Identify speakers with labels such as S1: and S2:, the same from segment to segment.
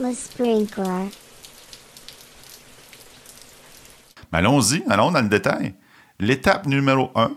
S1: Le sprinkler.
S2: Mais allons-y, allons dans le détail. L'étape numéro 1,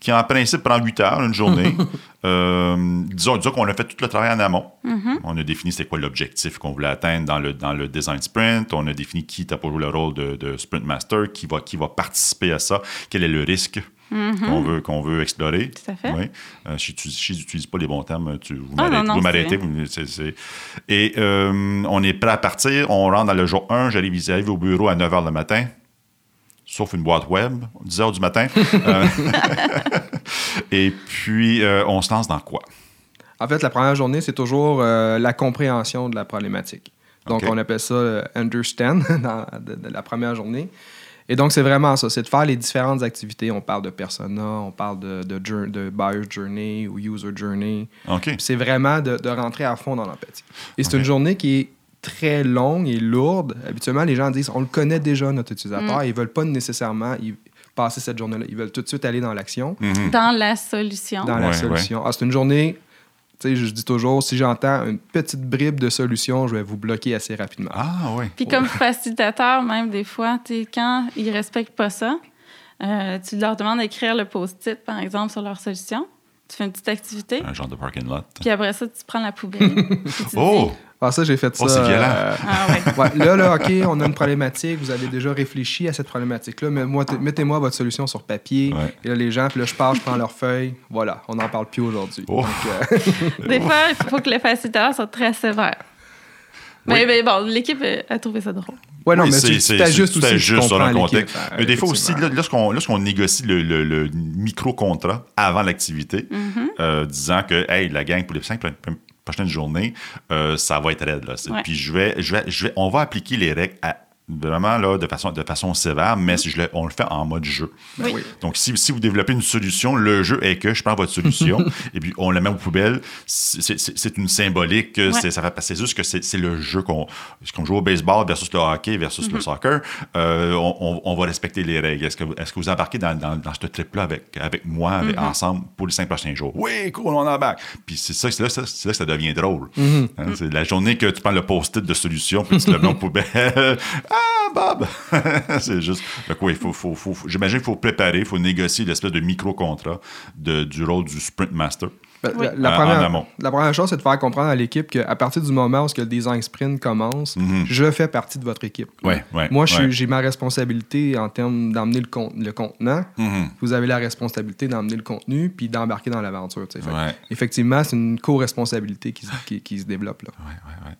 S2: qui en principe prend 8 heures, une journée. euh, disons disons qu'on a fait tout le travail en amont.
S3: Mhm.
S2: On a défini c'était quoi l'objectif qu'on voulait atteindre dans le, dans le design sprint. On a défini qui t'a pour jouer le rôle de, de sprint master, qui va, qui va participer à ça, quel est le risque. qu'on veut, qu'on veut explorer.
S3: Mhm. Tout à fait.
S2: Oui. Euh, si tu- si j'utilise pas les bons termes, tu, vous
S3: Ah, non,
S2: m'arrêtez.
S3: non,
S2: vous
S3: c'est
S2: m'arrêtez, vous me- c'est- c'est- Et euh, on est prêt à partir. On rentre dans le jour 1. J'arrive j'arrive au bureau à 9 h le matin sauf une boîte web, 10 heures du matin. Euh, et puis, euh, on se lance dans quoi?
S4: En fait, la première journée, c'est toujours euh, la compréhension de la problématique. Donc,
S2: OK.
S4: on appelle ça euh, understand dans de- de la première journée. Et donc, c'est vraiment ça, c'est de faire les différentes activités. On parle de persona, on parle de, de, jour- de buyer journey ou user journey.
S2: OK.
S4: Puis C'est vraiment de, de rentrer à fond dans l'empathie. Et c'est
S2: OK.
S4: une journée qui est très longue et lourde. Habituellement, les gens disent, on le connaît déjà, notre utilisateur.
S2: Mm.
S4: Ils veulent pas nécessairement y passer cette journée-là. Ils veulent tout de suite aller dans l'action
S2: Mhm.
S3: Dans la solution.
S4: dans la
S2: Ouais,
S4: solution. Ah, c'est une journée, tu sais, je dis toujours, si j'entends une petite bribe de solution, je vais vous bloquer assez rapidement.
S2: Ah oui.
S3: Puis comme facilitateur, même des fois, tu sais, quand ils respectent pas ça, euh, tu leur demandes d'écrire le post-it, par exemple, sur leur solution. Tu fais une petite activité,
S2: Un genre de parking lot.
S3: puis après ça, tu prends la poubelle. puis tu dis-
S2: Oh!
S4: Ah, ça, j'ai fait
S2: Oh,
S4: ça.
S2: c'est violent.
S4: euh,
S3: Ah ouais.
S4: ouais, là, là, OK, on a une problématique, vous avez déjà réfléchi à cette problématique-là, mais moi, t- mettez-moi votre solution sur papier.
S2: Ouais.
S4: Et là, les gens, puis là, je pars, je prends leur feuille. Voilà, on n'en parle plus aujourd'hui.
S2: Oh.
S4: Donc, euh,
S3: Des fois, il faut que les facilitateurs soient très sévères. Mais, mais bon, l'équipe euh, a trouvé ça drôle.
S4: Ouais, non,
S2: Oui,
S4: mais tu- tu t'ajustes
S2: tu
S4: aussi. tu
S2: t'ajustes
S4: comprends l'équipe, hein,
S2: Mais des fois aussi,
S4: effectivement.
S2: là, lorsqu'on lorsqu'on négocie le, le- le micro-contrat avant l'activité, euh, disant que, hey, la gang, pour les cinq pro- pro- prochaines journées, euh, ça va être raide. Là. C'est-
S3: Ouais.
S2: Puis je vais, je, vais, je vais- on va appliquer les règles à- vraiment là, de, façon, de façon sévère, mais
S3: Mm-hmm.
S2: si je le- on le fait en mode jeu.
S4: Ben oui.
S2: Donc, si, si vous développez une solution, le jeu est que je prends votre solution et puis on la met aux poubelles. C'est- C'est c'est une symbolique. euh,
S3: Ouais.
S2: c'est- ça fait- C'est juste que c'est c'est le jeu qu'on qu'on joue au baseball versus le hockey versus
S3: Mm-hmm.
S2: le soccer. Euh, on, on- on va respecter les règles. Est-ce que, est que vous embarquez dans, dans, dans ce trip-là avec, avec moi,
S3: Mm-hmm.
S2: avec-
S4: Ah.
S2: ensemble, pour les cinq prochains jours? Oui, cool, on embarque. Puis c'est ça, c'est là, ça- c'est là que ça devient drôle.
S4: Mhm.
S2: Hein, c'est la journée que tu prends le post-it de solution puis tu le mets aux poubelles. ah, Bob! c'est juste. Donc, oui, faut, faut, faut, faut- j'imagine qu'il faut préparer, il faut négocier l'espèce de micro-contrat de- du rôle du sprint master.
S4: Ben,
S3: Oui.
S4: la, la
S2: Euh, en
S4: première,
S2: amont.
S4: la première chose, c'est de faire comprendre à l'équipe qu'à partir du moment où ce que le design sprint commence, je fais partie de votre équipe.
S2: Mhm. Ouais, ouais,
S4: Moi, je suis-
S2: ouais.
S4: j'ai ma responsabilité en termes d'emmener le, con- le contenant.
S2: Mhm.
S4: Vous avez la responsabilité d'emmener le contenu puis d'embarquer dans l'aventure. tu sais. Fait que,
S2: Ouais.
S4: Effectivement, c'est une co-responsabilité qui, se- qui- qui se développe. là.
S2: Ouais, ouais, ouais.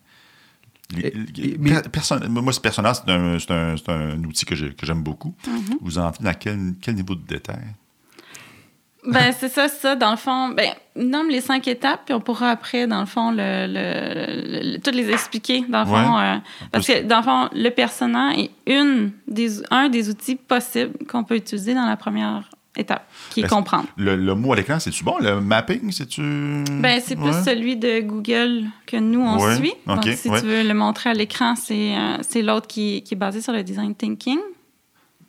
S2: Les-
S4: Et-
S2: les-
S4: et- mais-
S2: per- personne- moi, ce personnage, c'est un, c'est un- c'est un outil que j'ai- que j'aime beaucoup.
S4: Mhm.
S2: Vous entrez dans quel, quel niveau de détail?
S3: Ben, c'est ça, c'est ça. Dans le fond, ben, nomme les cinq étapes, puis on pourra après, dans le fond, le, le- le- le- toutes les expliquer. Dans le
S2: Ouais.
S3: fond, euh, parce que, dans le fond, le persona est une des, un des outils possibles qu'on peut utiliser dans la première étape, qui est
S2: Est-ce-
S3: comprendre.
S2: Le, le mot à l'écran, c'est-tu bon? Le mapping, c'est-tu.
S3: Ben, c'est plus
S2: Ouais.
S3: celui de Google que nous, on
S2: Ouais,
S3: suit.
S2: ok,
S3: Donc, si
S2: ouais.
S3: tu veux le montrer à l'écran, c'est euh, c'est l'autre qui, qui est basé sur le design thinking.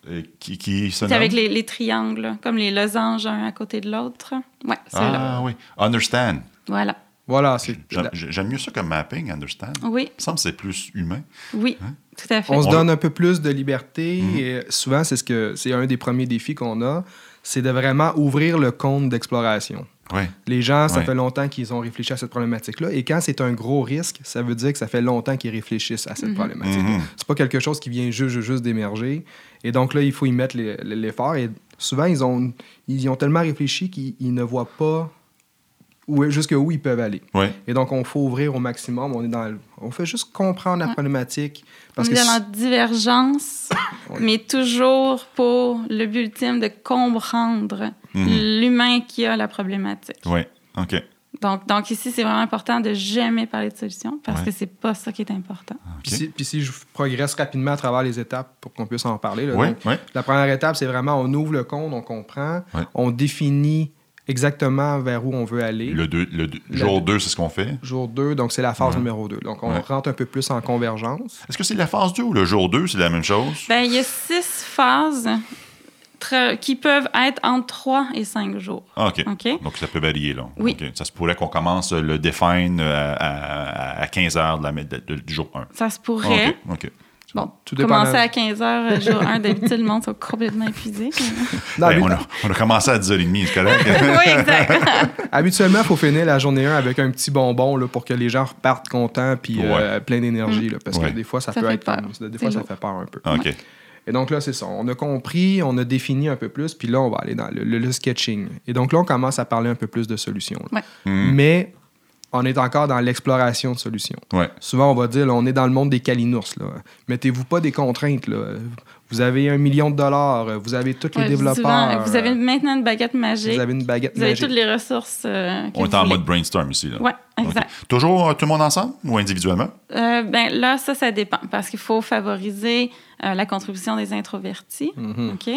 S2: Euh, qui, qui se
S3: C'est avec
S2: nomme?
S3: les, les triangles, là, comme les losanges un à côté de l'autre. Ouais, celui-là.
S2: Ah oui. Understand.
S3: Voilà.
S4: Voilà, c'est.
S2: J'aime
S4: la-
S2: j'aime mieux ça que mapping, understand. Il
S3: Oui,
S2: me semble que c'est plus humain.
S3: oui, tout à fait.
S4: On se
S2: On- Mhm.
S4: donne un peu plus de liberté. Et euh, souvent, c'est ce que c'est un des premiers défis qu'on a, c'est de vraiment ouvrir le compte d'exploration.
S2: Oui.
S4: Les gens, ça
S2: Ouais.
S4: fait longtemps qu'ils ont réfléchi à cette problématique-là. Et quand c'est un gros risque, ça veut dire que ça fait longtemps qu'ils réfléchissent à cette problématique-là.
S2: Mhm.
S4: C'est pas quelque chose qui vient juste, juste, juste d'émerger. Et donc là, il faut y mettre les- les- l'effort. Et souvent, ils ont, ils ont tellement réfléchi qu'ils ils ne voient pas où, jusqu'où ils peuvent aller.
S2: Oui.
S4: Et donc, on faut ouvrir au maximum. On, est dans le- on fait juste comprendre la
S3: Ouais.
S4: problématique.
S3: On
S4: Parce
S3: est
S4: que
S3: dans la divergence,
S4: Ouais.
S3: mais toujours pour le but ultime de comprendre
S2: Mhm.
S3: l'humain qui a la problématique.
S2: Oui. OK.
S3: Donc, donc ici, c'est vraiment important de jamais parler de solution parce
S2: Ouais.
S3: que c'est pas ça qui est important.
S4: Puis, si, puis si je progresse rapidement à travers les étapes pour qu'on puisse en parler, là,
S2: Oui,
S4: donc,
S2: oui.
S4: la première étape, c'est vraiment on ouvre le compte, on comprend,
S2: Ouais.
S4: on définit exactement vers où on veut aller.
S2: Le, deux- le deux-
S4: Le-
S2: jour 2, c'est ce qu'on fait.
S4: Jour 2, donc c'est la phase
S2: Ouais.
S4: numéro 2. Donc on
S2: Ouais.
S4: rentre un peu plus en convergence.
S2: Est-ce que c'est la phase 2 ou le jour 2, c'est la même chose?
S3: Ben, il y a six phases tra- qui peuvent être entre 3 et 5 jours.
S2: Ah, OK.
S3: OK?
S2: Donc, ça peut varier, là.
S3: Oui.
S2: OK. Ça se pourrait qu'on commence euh, le define euh, à, à- à 15 heures de la, de- de- du jour 1.
S3: Ça se pourrait.
S2: OK. OK.
S3: Bon,
S4: Tout dépend
S3: commencer
S4: de-
S3: à 15 h jour 1, d'habitude, le monde sont complètement épuisés.
S4: Non,
S2: Ben,
S4: habi-
S2: on, a, on a commencé à 10h30, c'est correct?
S3: oui, exact.
S4: Habituellement, il faut finir la journée 1 avec un petit bonbon là, pour que les gens repartent contents puis euh, plein d'énergie. là, Parce
S2: Ouais.
S4: que des fois, ça,
S3: Mm. Ça
S4: peut
S3: fait
S4: être
S3: peur.
S4: comme ça. Des
S3: C'est
S4: fois, ça
S3: lourd.
S4: fait peur un peu.
S2: OK.
S4: Et donc là, c'est ça. On a compris, on a défini un peu plus, puis là, on va aller dans le, le- le sketching. Et donc là, on commence à parler un peu plus de solutions. là.
S2: Hmm, Mm.
S4: Mais on est encore dans l'exploration de solutions.
S2: Ouais.
S4: Souvent, on va dire, là, on est dans le monde des calinours. là. Mettez-vous pas des contraintes. Là. Vous avez un million de dollars, vous avez tous les
S3: Ouais,
S4: développeurs.
S3: souvent, vous avez
S4: euh,
S3: maintenant une baguette magique.
S4: vous avez une baguette
S3: Vous avez
S4: magique.
S3: toutes les ressources. euh, que
S2: On est en
S3: vous voulez.
S2: mode brainstorm ici, là.
S3: Oui,
S2: OK.
S3: exact.
S2: Toujours euh, tout le monde ensemble ou individuellement?
S3: Euh, ben, là, ça, ça dépend parce qu'il faut favoriser euh, la contribution des introvertis.
S2: Hmm.
S4: Mhm.
S3: OK?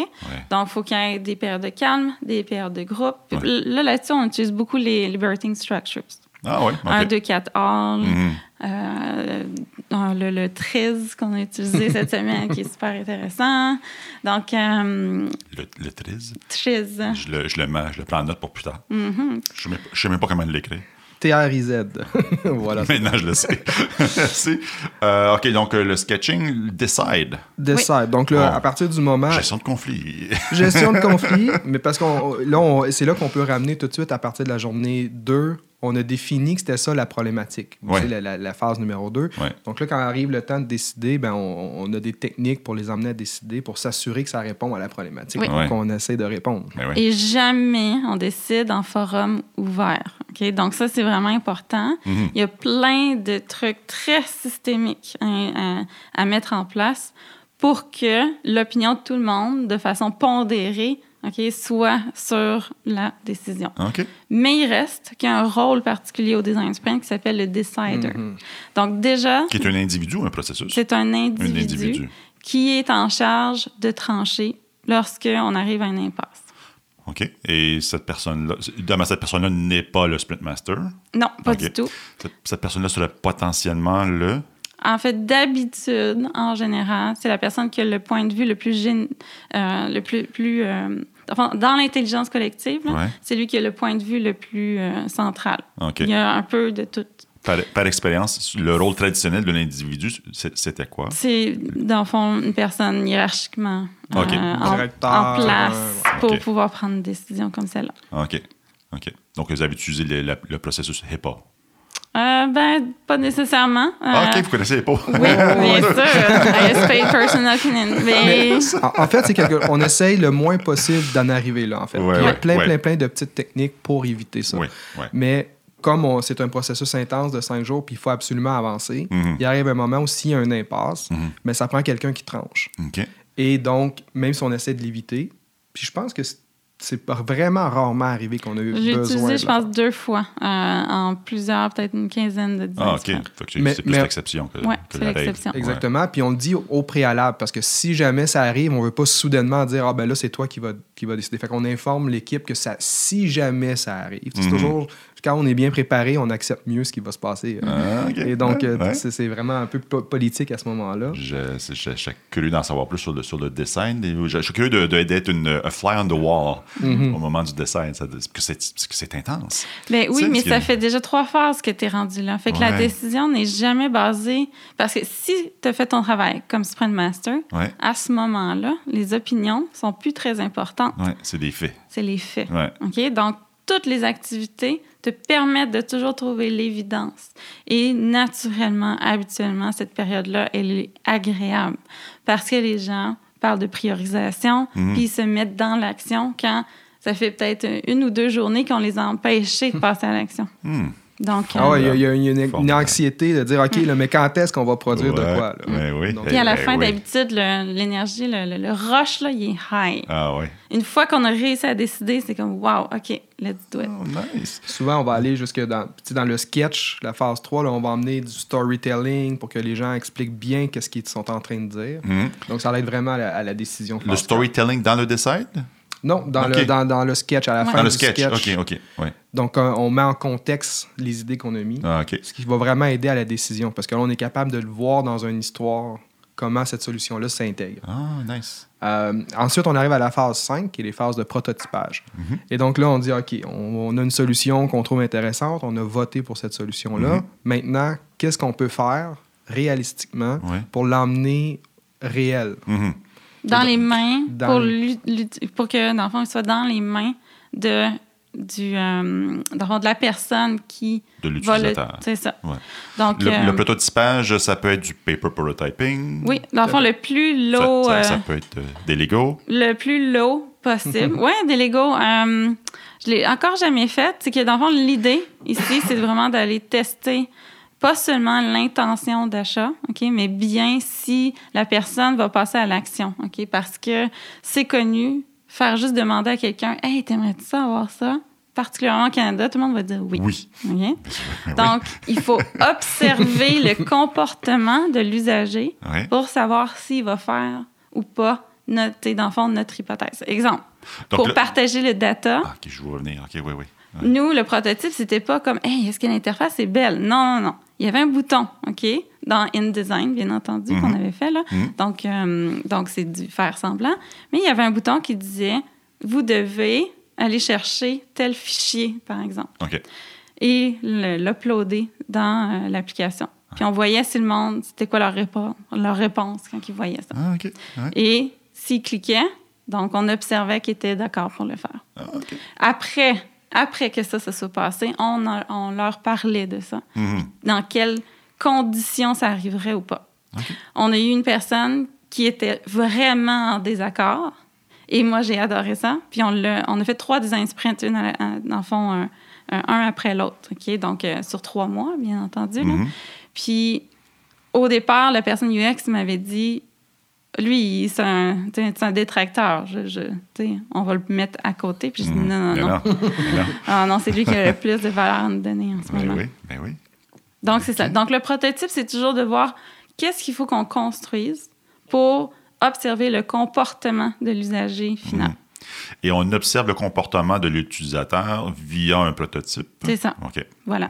S3: Donc, il faut qu'il y ait des périodes de calme, des périodes de groupe. Puis
S2: Ouais.
S3: Là, là-dessus, on utilise beaucoup les liberating structures.
S2: Ah oui, OK.
S3: 1, 2, 4, all.
S2: Mhm.
S3: Euh, dans le, le triz qu'on a utilisé cette semaine, qui est super intéressant. Donc, euh,
S2: Le, le tris,
S3: triz.
S2: je le, je, le mets- je le prends en note pour plus tard.
S3: Mhm.
S2: Je ne sais même pas comment l'écrire.
S4: TRIZ. voilà.
S2: Maintenant, je le sais. Merci. Euh, OK, donc euh, le sketching, le decide.
S4: Decide. Donc là,
S2: Oh.
S4: à partir du moment.
S2: Gestion de conflit.
S4: Gestion de conflit, mais parce qu'on là, on- c'est là qu'on peut ramener tout de suite à partir de la journée 2. On a défini que c'était ça la problématique. Vous
S2: Ouais.
S4: savez, la, la- la phase numéro 2.
S2: Ouais.
S4: Donc là, quand arrive le temps de décider, ben, on, on a des techniques pour les emmener à décider, pour s'assurer que ça répond à la problématique
S3: Oui.
S2: Ouais.
S4: qu'on essaie de répondre.
S2: Ben oui.
S3: Et jamais on décide en forum ouvert. OK? Donc, ça, c'est vraiment important.
S2: Mhm.
S3: Il y a plein de trucs très systémiques hein, à, à mettre en place pour que l'opinion de tout le monde, de façon pondérée, OK, soit sur la décision.
S2: OK.
S3: Mais il reste qu'il y a un rôle particulier au design sprint qui s'appelle le decider.
S4: Mhm.
S3: Donc, déjà,
S2: Qui est un individu ou un processus?
S3: c'est un
S2: Un
S3: individu,
S2: individu.
S3: qui est en charge de trancher lorsqu'on arrive à une impasse.
S2: OK. Et cette personne-là, demain, cette personne-là n'est pas le Sprint Master.
S3: Non, pas
S2: OK.
S3: du tout.
S2: Cette, cette personne-là serait potentiellement le.
S3: En fait, d'habitude, en général, c'est la personne qui a le point de vue le plus... gén- euh, le plus, plus euh, enfin, dans l'intelligence collective, là,
S2: Ouais.
S3: c'est lui qui a le point de vue le plus euh, central.
S2: OK.
S3: Il y a un peu de tout.
S2: Par, par expérience, le rôle traditionnel de l'individu, c'est- c'était quoi?
S3: C'est, dans le fond, une personne hiérarchiquement euh,
S2: OK.
S3: en,
S4: Directeur, euh,
S3: en place
S4: ouais,
S2: ouais.
S3: pour
S2: OK.
S3: pouvoir prendre des décisions comme celle-là.
S2: Ah, OK. OK. Donc, vous avez utilisé le, la- le processus HIPAA.
S3: Euh, ben, pas nécessairement.
S2: Ah,
S3: Euh,
S2: OK, vous connaissez HIPAA.
S3: Oui, bien sûr. ISP, personal opinion. Mais,
S4: En, en fait, c'est quelque, on essaye le moins possible d'en arriver là. En fait,
S2: Ouais,
S4: il y a
S2: ouais,
S4: plein,
S2: ouais.
S4: plein, plein de petites techniques pour éviter ça.
S2: oui, oui.
S4: Mais comme on- c'est un processus intense de cinq jours, puis il faut absolument avancer,
S2: Mhm.
S4: il arrive un moment où s'il y a une impasse, mais ça prend quelqu'un qui tranche.
S2: OK.
S4: Et donc, même si on essaie de l'éviter, puis je pense que c'est- c'est pas- vraiment rarement arrivé qu'on a eu
S3: J'ai
S4: besoin.
S3: utilisé,
S4: de
S3: je
S4: la-
S3: pense, deux fois euh, en plusieurs, peut-être une quinzaine de dizaines.
S2: Ah, OK.
S3: différentes.
S2: Fait que c'est
S4: Mais-
S2: c'est plus
S4: mais-
S2: l'exception que,
S3: Ouais,
S2: que
S3: c'est
S2: la règle.
S3: l'exception.
S2: Ouais.
S4: Exactement. Puis on le dit au- au préalable, parce que si jamais ça arrive, on veut pas soudainement dire Ah ben là, c'est toi qui va, qui va décider. Fait qu'on informe l'équipe que ça, si jamais ça arrive, c'est
S2: Mhm.
S4: toujours quand on est bien préparé, on accepte mieux ce qui va se passer.
S2: Ah, OK.
S4: Et donc, euh,
S2: Ouais.
S4: c'est c'est vraiment un peu po- politique à ce moment-là.
S2: Je, c'est- je- je suis curieux d'en savoir plus sur le, sur le dessin. Et Je, je suis curieux de- de- d'être une a fly on the wall
S4: Mhm.
S2: au moment du dessin. Ça- parce que c'est parce que c'est intense.
S3: Ben
S2: Tu
S3: oui,
S2: sais,
S3: mais
S2: parce que-
S3: ça fait déjà trois phases que tu es rendu là. Fait que la
S2: Ouais.
S3: décision n'est jamais basée. Parce que si tu as fait ton travail comme Sprint Master,
S2: Ouais,
S3: à ce moment-là, les opinions sont plus très importantes.
S2: ouais, c'est des faits.
S3: C'est les faits.
S2: Ouais.
S3: OK? Donc, toutes les activités te permettent de toujours trouver l'évidence. Et naturellement, habituellement, cette période-là, elle est agréable parce que les gens parlent de priorisation,
S2: Mhm.
S3: puis ils se mettent dans l'action quand ça fait peut-être une ou deux journées qu'on les a empêchés de passer à l'action.
S2: Hmm.
S3: Donc,
S4: Ah
S3: euh,
S4: ouais, il y a- il y a, une- une,
S2: Formidable.
S4: anxiété de dire, OK, là, mais quand est-ce qu'on va produire de
S2: Ouais,
S4: quoi? là?
S2: mais oui.
S4: Donc,
S3: puis à la
S2: ben
S3: fin,
S2: oui.
S3: d'habitude, le- l'énergie, le, le- le rush, là, il est high.
S2: Ah ouais.
S3: Une fois qu'on a réussi à décider, c'est comme, wow, OK, let's do it.
S2: Oh, nice.
S4: Souvent, on va aller jusque dans, tu sais, dans le sketch, la phase 3, là, on va emmener du storytelling pour que les gens expliquent bien qu'est-ce qu'ils sont en train de dire.
S2: Hmm.
S4: Donc, ça aide vraiment à la, à la décision.
S2: Le
S4: phase
S2: storytelling dans le dessin?
S4: quatre. Non, dans,
S2: Ok.
S4: le, dans, dans le sketch, à la
S3: Ouais.
S4: fin
S2: Dans le
S4: du
S2: sketch.
S4: sketch.
S2: OK, OK. Ouais.
S4: Donc, on, on met en contexte les idées qu'on a mises,
S2: Ah, OK.
S4: ce qui va vraiment aider à la décision parce que là, on est capable de le voir dans une histoire comment cette solution-là s'intègre.
S2: Ah, nice.
S4: Euh, ensuite, on arrive à la phase 5, qui est les phases de prototypage.
S2: Mhm.
S4: Et donc là, on dit, OK, on, on a une solution qu'on trouve intéressante, on a voté pour cette solution-là.
S2: Mhm.
S4: Maintenant, qu'est-ce qu'on peut faire réalistiquement
S2: Ouais.
S4: pour l'emmener réel?
S2: Mhm.
S3: Dans les mains,
S4: Dans
S3: pour,
S4: les-
S3: l'ut- l'ut- pour que, dans le fond, il soit dans les mains de, du, euh, dans le fond, de la personne qui
S2: De
S3: va le...
S2: l'utilisateur.
S3: C'est ça.
S2: Ouais.
S3: Donc,
S2: Le,
S3: euh,
S2: le prototypage, ça peut être du paper prototyping.
S3: oui, dans le fond, le plus
S2: Ça,
S3: low...
S2: ça-
S3: euh,
S2: ça peut être euh, des Lego.
S3: le plus low possible.
S2: Mhm.
S3: Ouais, des Lego. euh, je l'ai encore jamais fait. C'est que dans le fond, l'idée ici, c'est vraiment d'aller tester pas seulement l'intention d'achat, ok, mais bien si la personne va passer à l'action, ok, parce que c'est connu. Faire juste demander à quelqu'un, hey, t'aimerais-tu ça avoir ça? Particulièrement au Canada, tout le monde va dire oui.
S2: Oui.
S3: ok? Donc, il faut observer le comportement de l'usager
S2: Ouais.
S3: pour savoir s'il va faire ou pas notre, t'sais, dans le fond, notre hypothèse. Exemple,
S2: Donc,
S3: pour
S2: le-
S3: partager le data,
S2: Ah, ok, je vais revenir. Ok, oui, oui. Ouais.
S3: nous, le prototype, c'était pas comme Hey, est-ce que l'interface est belle? Non, non, non. Il y avait un bouton, OK, dans InDesign, bien entendu, qu'on
S2: Mhm.
S3: avait fait, là.
S2: Mhm.
S3: Donc, euh, donc, c'est du faire semblant. Mais il y avait un bouton qui disait Vous devez aller chercher tel fichier, par exemple
S2: Ok.
S3: et le- l'uploader dans euh, l'application.
S2: Ah.
S3: Puis on voyait si le monde, c'était quoi leur, répo- leur réponse quand ils voyaient ça.
S2: Ah, ok. Ouais.
S3: Et s'ils cliquaient, donc on observait qu'ils étaient d'accord pour le faire.
S2: Ah, ok.
S3: Après, après que ça, ça soit passé, on, en- on leur parlait de ça,
S2: Mhm.
S3: dans quelles conditions ça arriverait ou pas.
S2: Ok.
S3: On a eu une personne qui était vraiment en désaccord. Et moi, j'ai adoré ça. Puis on, l'a- on a fait trois design sprints, une à la- à- dans le fond, un, un- un après l'autre. OK? Donc, euh, sur trois mois, bien entendu. là.
S2: Mhm.
S3: Puis, au départ, la personne UX m'avait dit lui, il- c'est un, tu sais, c'est un détracteur. Je, je- tu sais, on va le mettre à côté. Puis, je dis
S2: Mhm.
S3: non, non,
S2: Mais
S3: non.
S2: Mais non.
S3: Ah non, c'est lui qui a le plus de valeur à nous donner en ce
S2: Ben
S3: moment.
S2: oui, ben oui.
S3: Donc, c'est ça. Donc, le prototype, c'est toujours de voir qu'est-ce qu'il faut qu'on construise pour observer le comportement de l'usager final.
S2: Mhm. Et on observe le comportement de l'utilisateur via un prototype.
S3: C'est ça.
S2: OK.
S3: Voilà.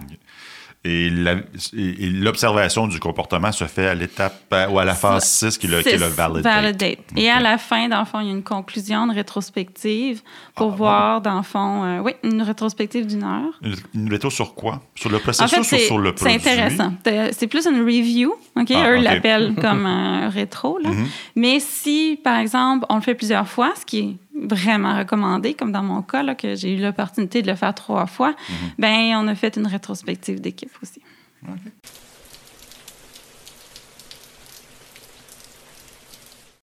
S2: Et la- et- et l'observation du comportement se fait à l'étape euh, ou à la phase 6 qui le, qui
S3: Six,
S2: le validate.
S3: validate. Et à
S2: Ok.
S3: la fin, dans le fond, il y a une conclusion, une rétrospective
S2: Ah,
S3: pour voir, dans le fond, euh, oui, une rétrospective d'une heure.
S2: Une- Euh, Une rétro sur quoi? Sur le
S3: En
S2: processus
S3: fait,
S2: ou
S3: c'est
S2: sur le
S3: c'est
S2: produit?
S3: intéressant. Euh, C'est plus une review, OK?
S2: Ah,
S3: Eux
S2: OK.
S3: l'appellent comme un rétro, là.
S2: Mhm.
S3: Mais si, par exemple, on le fait plusieurs fois, ce qui est vraiment recommandé, comme dans mon cas, là, que j'ai eu
S2: Mm-hmm.
S3: l'opportunité de le faire trois fois, ben on a fait une rétrospective d'équipe aussi.